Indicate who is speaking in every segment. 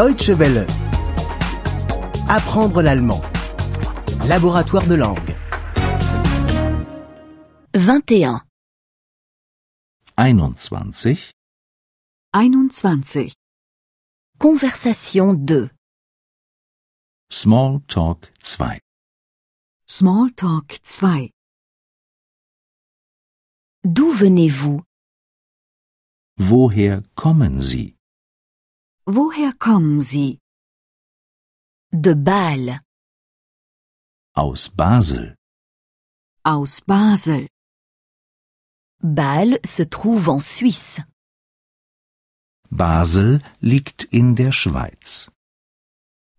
Speaker 1: Deutsche Welle. Apprendre l'allemand. Laboratoire de langue.
Speaker 2: 21.
Speaker 3: 21.
Speaker 4: 21.
Speaker 2: Conversation 2.
Speaker 3: Small Talk 2.
Speaker 4: Smalltalk 2.
Speaker 2: D'où venez-vous
Speaker 3: Woher kommen Sie?
Speaker 4: Woher kommen Sie?
Speaker 2: De Bâle.
Speaker 3: Aus Basel.
Speaker 4: Aus Basel.
Speaker 2: Bâle se trouve en Suisse.
Speaker 3: Basel liegt in der Schweiz.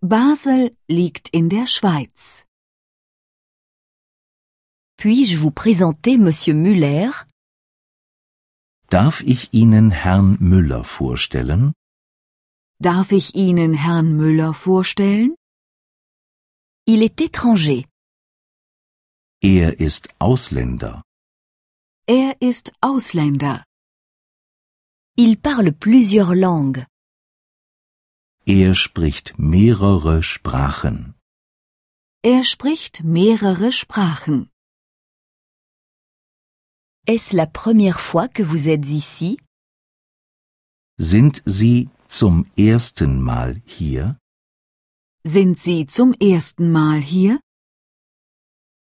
Speaker 4: Basel liegt in der Schweiz.
Speaker 2: Puis-je vous présenter Monsieur Muller
Speaker 3: Darf ich Ihnen Herrn Müller vorstellen?
Speaker 4: Darf ich Ihnen Herrn Müller vorstellen?
Speaker 2: Il est étranger.
Speaker 3: Er ist Ausländer.
Speaker 4: Er ist Ausländer.
Speaker 2: Il parle plusieurs langues.
Speaker 3: Er spricht mehrere Sprachen.
Speaker 4: Er spricht mehrere Sprachen.
Speaker 2: Est-ce la première fois que vous êtes ici
Speaker 3: Sind Sie zum ersten Mal hier?
Speaker 4: Sind Sie zum ersten Mal hier?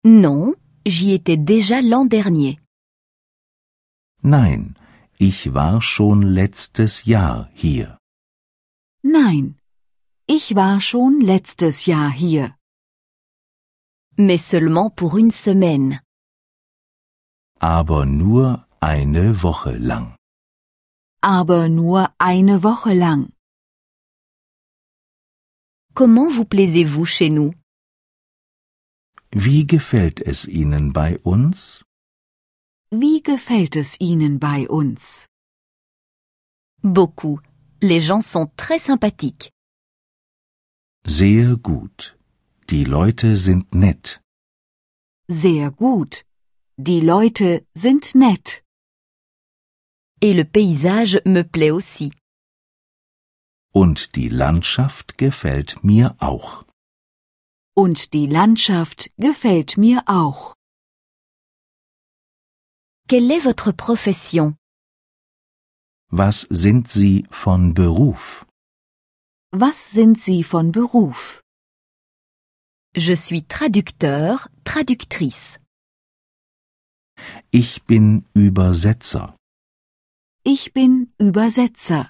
Speaker 2: Non, j'y étais déjà l'an dernier.
Speaker 3: Nein, ich war schon letztes Jahr hier.
Speaker 4: Nein. Ich war schon letztes Jahr hier,
Speaker 2: Mais seulement pour une semaine.
Speaker 3: Aber nur eine Woche lang.
Speaker 4: aber nur eine Woche lang.
Speaker 2: Comment vous plaisez-vous chez nous
Speaker 3: Wie gefällt es Ihnen bei uns?
Speaker 4: Wie gefällt es Ihnen bei uns?
Speaker 2: Beaucoup. Les gens sont très sympathiques.
Speaker 3: Sehr gut. Die Leute sind nett.
Speaker 4: Sehr gut. Die Leute sind nett.
Speaker 2: Et le paysage me plaît aussi.
Speaker 3: Und die Landschaft gefällt mir auch.
Speaker 4: Und die Landschaft gefällt mir auch.
Speaker 2: Quelle est votre profession
Speaker 3: Was sind Sie von Beruf?
Speaker 4: Was sind Sie von Beruf?
Speaker 2: Je suis traducteur, traductrice.
Speaker 3: Ich bin Übersetzer.
Speaker 4: Ich bin Übersetzer.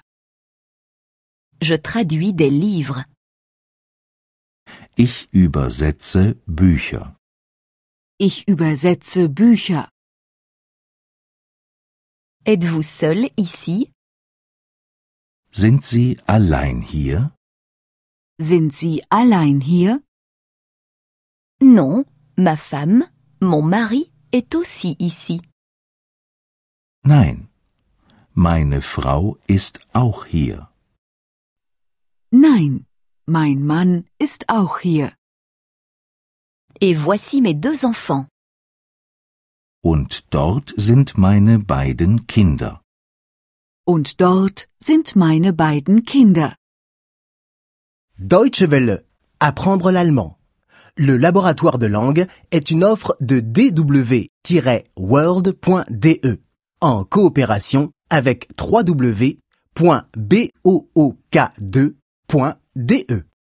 Speaker 2: Je traduis des livres.
Speaker 3: Ich übersetze Bücher.
Speaker 4: Ich übersetze Bücher.
Speaker 2: Êtes-vous seul ici
Speaker 3: Sind Sie allein hier?
Speaker 4: Sind Sie allein hier?
Speaker 2: Non, ma femme, mon mari est aussi ici.
Speaker 3: Nein. Meine Frau ist auch hier.
Speaker 4: Nein, mein Mann ist auch hier.
Speaker 2: Et voici mes deux enfants.
Speaker 3: Und dort sind meine beiden Kinder.
Speaker 4: Und dort sind meine beiden Kinder.
Speaker 1: Deutsche Welle. Apprendre l'allemand. Le laboratoire de langue est une offre de dw-world.de E en coopération avec www.book2.de.